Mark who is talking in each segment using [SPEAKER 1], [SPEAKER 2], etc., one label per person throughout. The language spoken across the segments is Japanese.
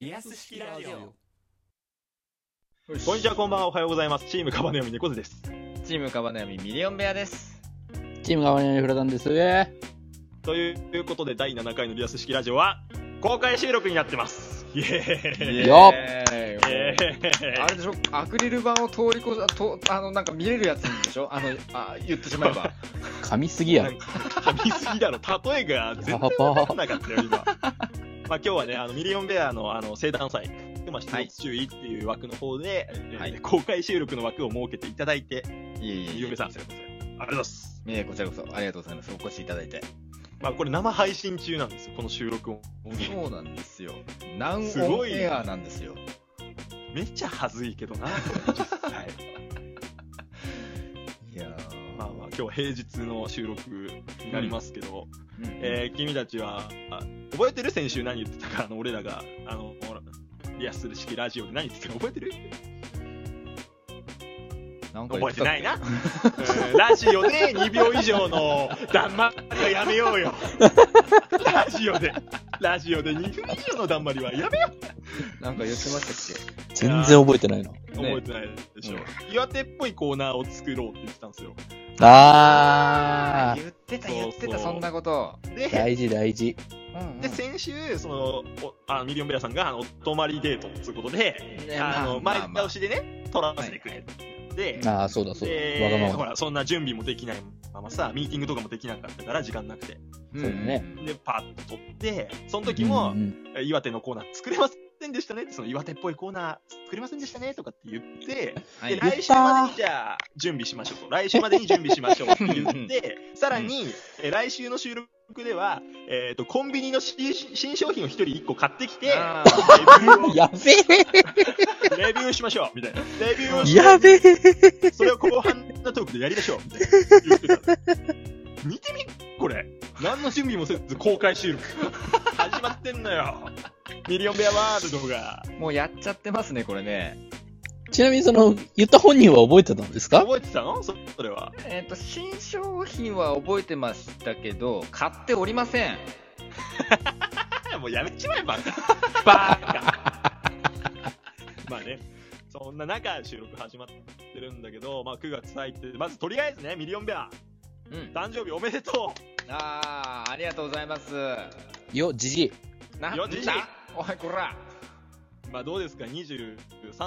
[SPEAKER 1] リアス式ラジオ。
[SPEAKER 2] こんにちは、こんばんは、おはようございます。チームカバネヨミ猫背です。
[SPEAKER 3] チームカバネミミリオンベアです。
[SPEAKER 4] チームが割にフラダンです。え
[SPEAKER 2] ということで、第7回のリアス式ラジオは、公開収録になってます。イエーイ
[SPEAKER 3] イ
[SPEAKER 4] エよっ
[SPEAKER 3] エ
[SPEAKER 2] イ
[SPEAKER 3] ーイ
[SPEAKER 2] エー
[SPEAKER 3] あれでしょアクリル板を通り越す、とあの、なんか見れるやつでしょあの、あ言ってしまえ ば。
[SPEAKER 4] ー、噛みすぎやろ。
[SPEAKER 2] イ噛みすぎだろ。例えが全然わからなかったよ、今。まあ今日はね、あの、ミリオンベアのあの生誕祭、熊出没注意っていう枠の方で、
[SPEAKER 3] はい
[SPEAKER 2] えー公開収録の枠を設けていただいて、
[SPEAKER 3] いえいえいえ。
[SPEAKER 2] ゆうべさ
[SPEAKER 3] こ
[SPEAKER 2] ん
[SPEAKER 3] ちらこ
[SPEAKER 2] ありがとうございます。
[SPEAKER 3] そ。いえこちらこそ。ありがとうございます。お越しいただいて。
[SPEAKER 2] まあ、これ生配信中なんですよ、この収録音。
[SPEAKER 3] そうなんですよ。ナン
[SPEAKER 2] す
[SPEAKER 3] オ
[SPEAKER 2] ご
[SPEAKER 3] ン
[SPEAKER 2] い
[SPEAKER 3] エアなんですよ。
[SPEAKER 2] めっちゃ恥ずいけどな、
[SPEAKER 3] はい。いやー
[SPEAKER 2] まあまあ、今日は平日の収録になりますけど、
[SPEAKER 3] うん
[SPEAKER 2] えー君たちは、あ覚えてる先週何言ってたか、あの、俺らが、あの、リアス式ラジオで何言ってたか覚えてる
[SPEAKER 3] なんか言
[SPEAKER 2] 覚
[SPEAKER 3] って
[SPEAKER 2] えて
[SPEAKER 3] たっ
[SPEAKER 2] な
[SPEAKER 3] け
[SPEAKER 2] いな。うんラジオで2秒以上のだんまりはやめようよ。ラジオで、ラジオで2分以上のだんまりはやめよ
[SPEAKER 3] なんか言ってましたっ
[SPEAKER 4] 全然覚えてないの。
[SPEAKER 2] う。覚えてないでしょ。岩手っぽいコーナーを作ろうって言ってたんですよ。
[SPEAKER 4] あ
[SPEAKER 3] け言ってた、
[SPEAKER 2] そうそう
[SPEAKER 3] 言ってた、そんなこと。
[SPEAKER 4] ー、
[SPEAKER 2] で、
[SPEAKER 4] 大事大事。
[SPEAKER 3] うんうん
[SPEAKER 2] で先週、そのおあのミリオンベラさんがあのお泊まりデートっていうことで、
[SPEAKER 3] ね
[SPEAKER 2] あの
[SPEAKER 3] まあまあ
[SPEAKER 2] 前倒しでね、取らせてくれ、で、
[SPEAKER 4] あー、そうだそうだ。わが
[SPEAKER 2] で
[SPEAKER 4] ま
[SPEAKER 2] ほ
[SPEAKER 4] まだ。
[SPEAKER 2] ら、そんな準備もできないままさ、ミーティングとかもできなかったから、時間なくて。
[SPEAKER 3] うん
[SPEAKER 4] そうだね
[SPEAKER 2] で、パッと取って、その時も
[SPEAKER 4] うん、うん
[SPEAKER 2] え岩手のコーナー作れませんでしたねって、その岩手っぽいコーナー作れませんでしたねとかって言って、
[SPEAKER 3] はい
[SPEAKER 2] で来週までにじゃあ準備しましょうと。来週までに準備しましょう って言って、さらに、え来週の収録では、えっ、と、コンビニの新新商品を一人一個買ってきて、レ
[SPEAKER 3] あ
[SPEAKER 2] ビ
[SPEAKER 3] ー
[SPEAKER 2] ュ ーを
[SPEAKER 4] やべ
[SPEAKER 2] レビューしましょうみたいな。レビューを
[SPEAKER 4] え
[SPEAKER 2] し
[SPEAKER 4] やべえ
[SPEAKER 2] それを後半のトークでやりましょうみたいな言ってた。見てみこれ。何の準備もせず公開収録。始まってんのよ。ミリオンベアワールドが。
[SPEAKER 3] もうやっちゃってますね、これね。
[SPEAKER 4] ちなみにその、言った本人は覚えてたんですか
[SPEAKER 2] 覚えてたのそそれは。
[SPEAKER 3] えっ、と、新商品は覚えてましたけど、買っておりません。
[SPEAKER 2] もうやめちまえばカ。バカ。まあね。そんな中、収録始まってるんだけど、まあ9月入って、まずとりあえずね、ミリオンベア、
[SPEAKER 3] うん。
[SPEAKER 2] 誕生日おめでと
[SPEAKER 3] あー、ありがとうございます。
[SPEAKER 4] よ、じじい。
[SPEAKER 3] な、
[SPEAKER 2] よじじい
[SPEAKER 3] な、おい、こら。
[SPEAKER 2] うまあどうですか、23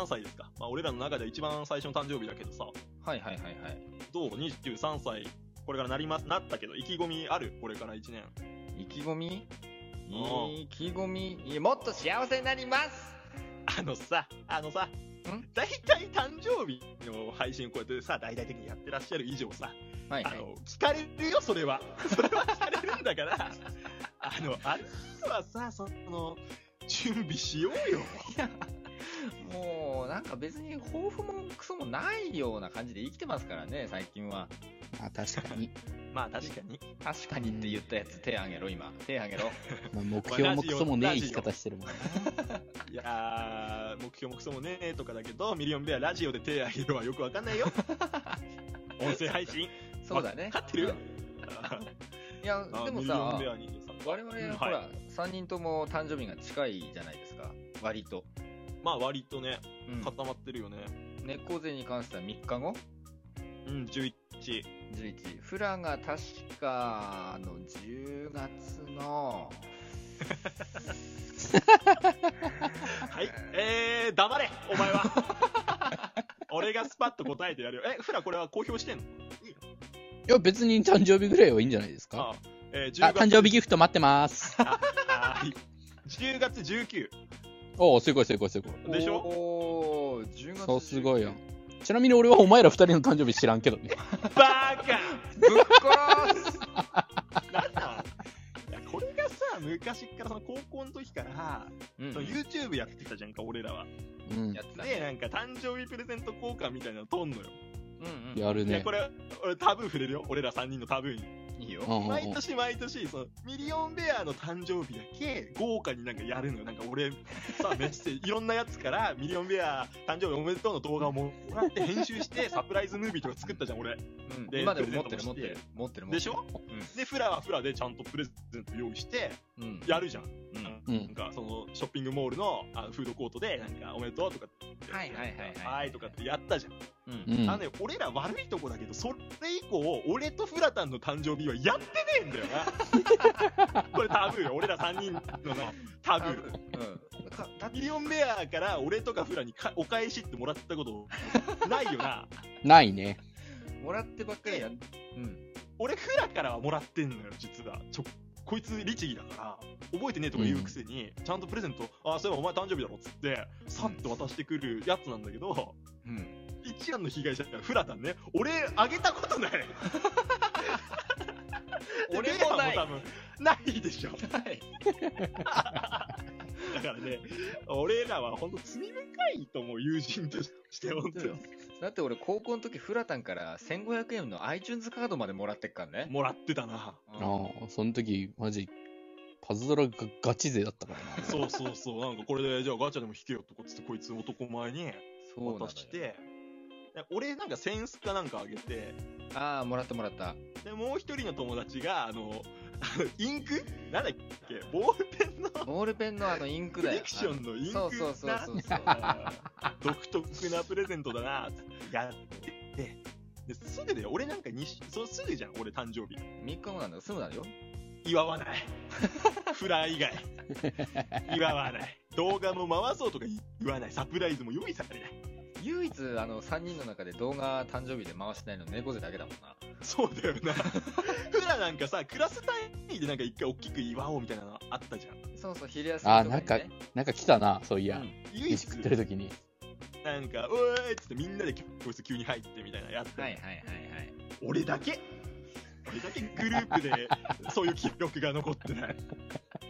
[SPEAKER 2] 歳ですか。まあ俺らの中では一番最初の誕生日だけどさ、
[SPEAKER 3] はいはいはいはい。
[SPEAKER 2] どう ?23 歳、これからなります、なったけど、意気込みあるこれから1年。
[SPEAKER 3] 意気込み
[SPEAKER 2] お
[SPEAKER 3] 意気込みもっと幸せになります
[SPEAKER 2] あのさ、あのさ、大体誕生日の配信をこうやってさ、大々的にやってらっしゃる以上さ、
[SPEAKER 3] はい、は
[SPEAKER 2] あ
[SPEAKER 3] い。
[SPEAKER 2] の、聞かれるよ、それは。 それは聞かれるんだから、あの、あるいはさ、その、準備しようよ。
[SPEAKER 3] もう、なんか別に抱負もクソもないような感じで生きてますからね、最近は。
[SPEAKER 4] あ、確かに。
[SPEAKER 2] まあ確かに。
[SPEAKER 3] 確かにって言ったやつ手あげろ、今。手あげろ。
[SPEAKER 4] まあ、目標もクソもねえ生き方してるもん。
[SPEAKER 2] いやー、目標もクソもねえとかだけど、ミリオンベアラジオで手挙げるはよくわかんない よ。音声配信。
[SPEAKER 3] そうだ ね。
[SPEAKER 2] わかってる
[SPEAKER 3] うんいや、でも
[SPEAKER 2] あ
[SPEAKER 3] さ
[SPEAKER 2] ミリ、オンベアにさ
[SPEAKER 3] 我々、
[SPEAKER 2] うん
[SPEAKER 3] ほ
[SPEAKER 2] は
[SPEAKER 3] ら、3人とも誕生日が近いじゃないですか。割と。
[SPEAKER 2] まあ割とね、
[SPEAKER 3] うん
[SPEAKER 2] 固まってるよね。
[SPEAKER 3] 猫背に関しては3日後
[SPEAKER 2] うん、11。
[SPEAKER 3] ?11。フラが確か、あの、10月の、
[SPEAKER 2] はい。えー、黙れ、お前は。 俺がスパッと答えてやるよ。え、フラこれは公表してんの
[SPEAKER 4] いや、別に誕生日ぐらいはいいんじゃないですか
[SPEAKER 2] あ、えー、
[SPEAKER 4] あ、
[SPEAKER 2] 10
[SPEAKER 4] 誕
[SPEAKER 2] 月。
[SPEAKER 4] 生日ギフト待ってます。
[SPEAKER 2] はい。10月19。
[SPEAKER 4] おお、すごいすごいすごい。
[SPEAKER 2] でしょ
[SPEAKER 3] おー、10月
[SPEAKER 4] そうすごいよ
[SPEAKER 3] 19。
[SPEAKER 4] ちなみに俺はお前ら二人の誕生日知らんけどね。
[SPEAKER 2] バカ
[SPEAKER 3] ぶっ殺 す
[SPEAKER 2] なんだいやこれがさ、昔から、その高校の時から、
[SPEAKER 3] うん
[SPEAKER 2] その YouTube やってたじゃんか、俺らは。
[SPEAKER 4] うん
[SPEAKER 3] や。ってたね
[SPEAKER 2] で、なんか誕生日プレゼント交換みたいなの撮んのよ。
[SPEAKER 3] うんうん
[SPEAKER 4] やる
[SPEAKER 2] いや、
[SPEAKER 4] ね
[SPEAKER 2] こ。れ、俺タブー触れるよ。俺ら3人のタブーに。
[SPEAKER 3] いいよ。
[SPEAKER 4] うんうんうん
[SPEAKER 2] 毎年毎年、その、ミリオンベアの誕生日だけ、豪華になんかやるのよ。なんか俺、さ、メッセージ、いろんなやつから、ミリオンベア誕生日おめでとうの動画をもらって編集 して、サプライズムービーとか作ったじゃん、俺。
[SPEAKER 3] うん
[SPEAKER 2] で
[SPEAKER 3] 今でも持っ
[SPEAKER 2] プ
[SPEAKER 3] て
[SPEAKER 2] レ
[SPEAKER 3] る
[SPEAKER 2] ゼ
[SPEAKER 3] 持
[SPEAKER 2] ント
[SPEAKER 3] っ
[SPEAKER 2] も
[SPEAKER 3] てる
[SPEAKER 2] し。
[SPEAKER 3] 持ってる持ってる。
[SPEAKER 2] でしょ、で、フラはフラでちゃんとプレゼント用意して、
[SPEAKER 3] うん。
[SPEAKER 2] やるじゃん。
[SPEAKER 3] うん。
[SPEAKER 4] うん
[SPEAKER 2] なんかそのショッピングモールのあフードコートで、なんかおめでとうとかって、
[SPEAKER 3] はいはいはいはい
[SPEAKER 2] はいとかってやったじゃん。
[SPEAKER 3] うん
[SPEAKER 4] うん。
[SPEAKER 2] あのね、俺ら悪いとこだけど、それ以降、俺とフラタンの誕生日はやってねえんだよな。 これタブーよ、俺ら3人のなタブー。
[SPEAKER 3] うんかだって
[SPEAKER 2] ミリオンベアから俺とかフラにかお返しってもらったことないよな。
[SPEAKER 4] ないね。
[SPEAKER 3] もらってばっかりやんうん
[SPEAKER 2] 俺フラからはもらってんのよ実はちょこいつ律儀だから覚えてねえとか言うくせに、ちゃんとプレゼントああそういえばお前誕生日だろっつってさっと渡してくるやつなんだけど
[SPEAKER 3] うん
[SPEAKER 2] 一覧の被害者ってフラタンね俺あげたことない
[SPEAKER 3] 俺もない
[SPEAKER 2] レアも多分ないでしょ
[SPEAKER 3] はい
[SPEAKER 2] だからね俺らは本当罪深いと思う友人として本当に
[SPEAKER 3] だって俺高校の時フラタンから1500円の iTunes カードまでもらってっからね
[SPEAKER 2] もらってたな
[SPEAKER 3] う
[SPEAKER 4] あ
[SPEAKER 3] ん
[SPEAKER 4] あ、その時、マジ、パズドラがガチ勢だった からな。
[SPEAKER 2] そうそうそうなんかこれでじゃあガチャでも引けよとかっつってこいつ男前に
[SPEAKER 3] そうな
[SPEAKER 2] 渡
[SPEAKER 3] ん
[SPEAKER 2] し
[SPEAKER 3] だよ
[SPEAKER 2] て、俺なんかセンスかなんかあげて、
[SPEAKER 3] ああもらったもらった
[SPEAKER 2] で、もう一人の友達が、あの、インクなんだっけボールペンの
[SPEAKER 3] ボールペンのあのインク
[SPEAKER 2] コ
[SPEAKER 3] だ
[SPEAKER 2] レ
[SPEAKER 3] よ
[SPEAKER 2] クションのインク
[SPEAKER 3] そうそうそうそうそう
[SPEAKER 2] な独特なプレゼントだな、やってて。ですぐで、俺なんかにし、そうすぐじゃん、俺誕生日。
[SPEAKER 3] 3日後なんだすぐなのよ
[SPEAKER 2] 祝わない。フラー以外。祝わない。動画も回そうとか言わない。サプライズも用意されない。
[SPEAKER 3] 唯一あの3人の中で動画誕生日で回してないの猫背だけだもんな
[SPEAKER 2] そうだよな。普段なんかさ、クラス単位でなんか一回大きく祝おうみたいなのあったじゃん。
[SPEAKER 3] そうそう昼休みと
[SPEAKER 4] あ
[SPEAKER 3] か
[SPEAKER 4] ー
[SPEAKER 3] に、ね、
[SPEAKER 4] なんかなんか来たな、そういや。
[SPEAKER 2] 唯一
[SPEAKER 4] 飯、食ってる時に。
[SPEAKER 2] なんか、おーいっつってみんなで教室急に入ってみたいなやって、
[SPEAKER 3] はいはいはいはい
[SPEAKER 2] 俺だけ俺だけグループでそういう記録が残って ない。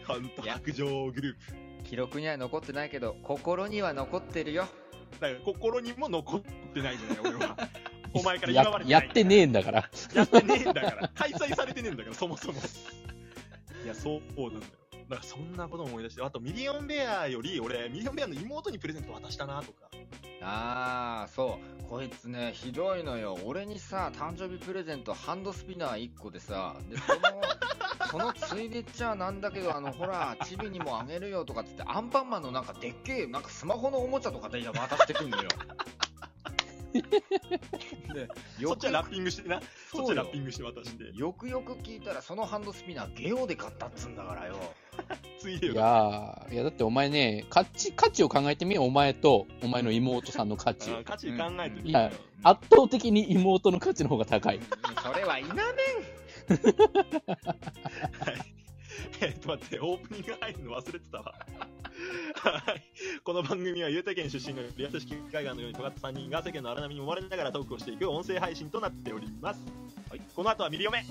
[SPEAKER 2] ほんと、
[SPEAKER 3] いや
[SPEAKER 2] 白状グルー
[SPEAKER 3] 記録には残ってないけど心には残ってるよ
[SPEAKER 2] プ。だから心にも残ってないじゃない、俺は。お前から祝われて
[SPEAKER 4] や
[SPEAKER 2] な
[SPEAKER 4] や
[SPEAKER 2] い。
[SPEAKER 4] ってねえんだから。
[SPEAKER 2] やってねえんだから。開催されてねえんだから、そもそも。いや、そうなんだよ。だからそんなことも思い出して、あとミリオンベアより、俺、ミリオンベアの妹にプレゼント渡したなとか。
[SPEAKER 3] ああそうこいつねひどいのよ俺にさ誕生日プレゼントハンドスピナー1個でさでその そのついでっちゃなんだけどあのほらチビにもあげるよとかっつってアンパンマンのなんかでっけえなんかスマホのおもちゃとかで渡してくんのよで
[SPEAKER 2] そ
[SPEAKER 3] よ
[SPEAKER 2] っちはラッピングしてな。そっ
[SPEAKER 3] そう
[SPEAKER 2] ちは
[SPEAKER 3] よ
[SPEAKER 2] ラッピングして渡して。
[SPEAKER 3] よくよく聞いたらそのハンドスピナーゲオで買ったっつんだからよ
[SPEAKER 2] つい
[SPEAKER 4] い
[SPEAKER 2] でよ。
[SPEAKER 4] やーいやだってお前ね、価値、価値を考えてみよ、お前と、お前の妹さんの価値。
[SPEAKER 2] うん価値考えて
[SPEAKER 4] い
[SPEAKER 2] み
[SPEAKER 4] や
[SPEAKER 2] よ。
[SPEAKER 4] 圧倒的に妹の価値の方が高い。
[SPEAKER 3] それは否めん
[SPEAKER 2] えっと待って、オープニング入るの忘れてたわ。 はいこの番組は岩手県出身のリアス式海岸のように尖った3人が世間の荒波に揉まれながらトークをしていく音声配信となっております。はい、この後はミリオメ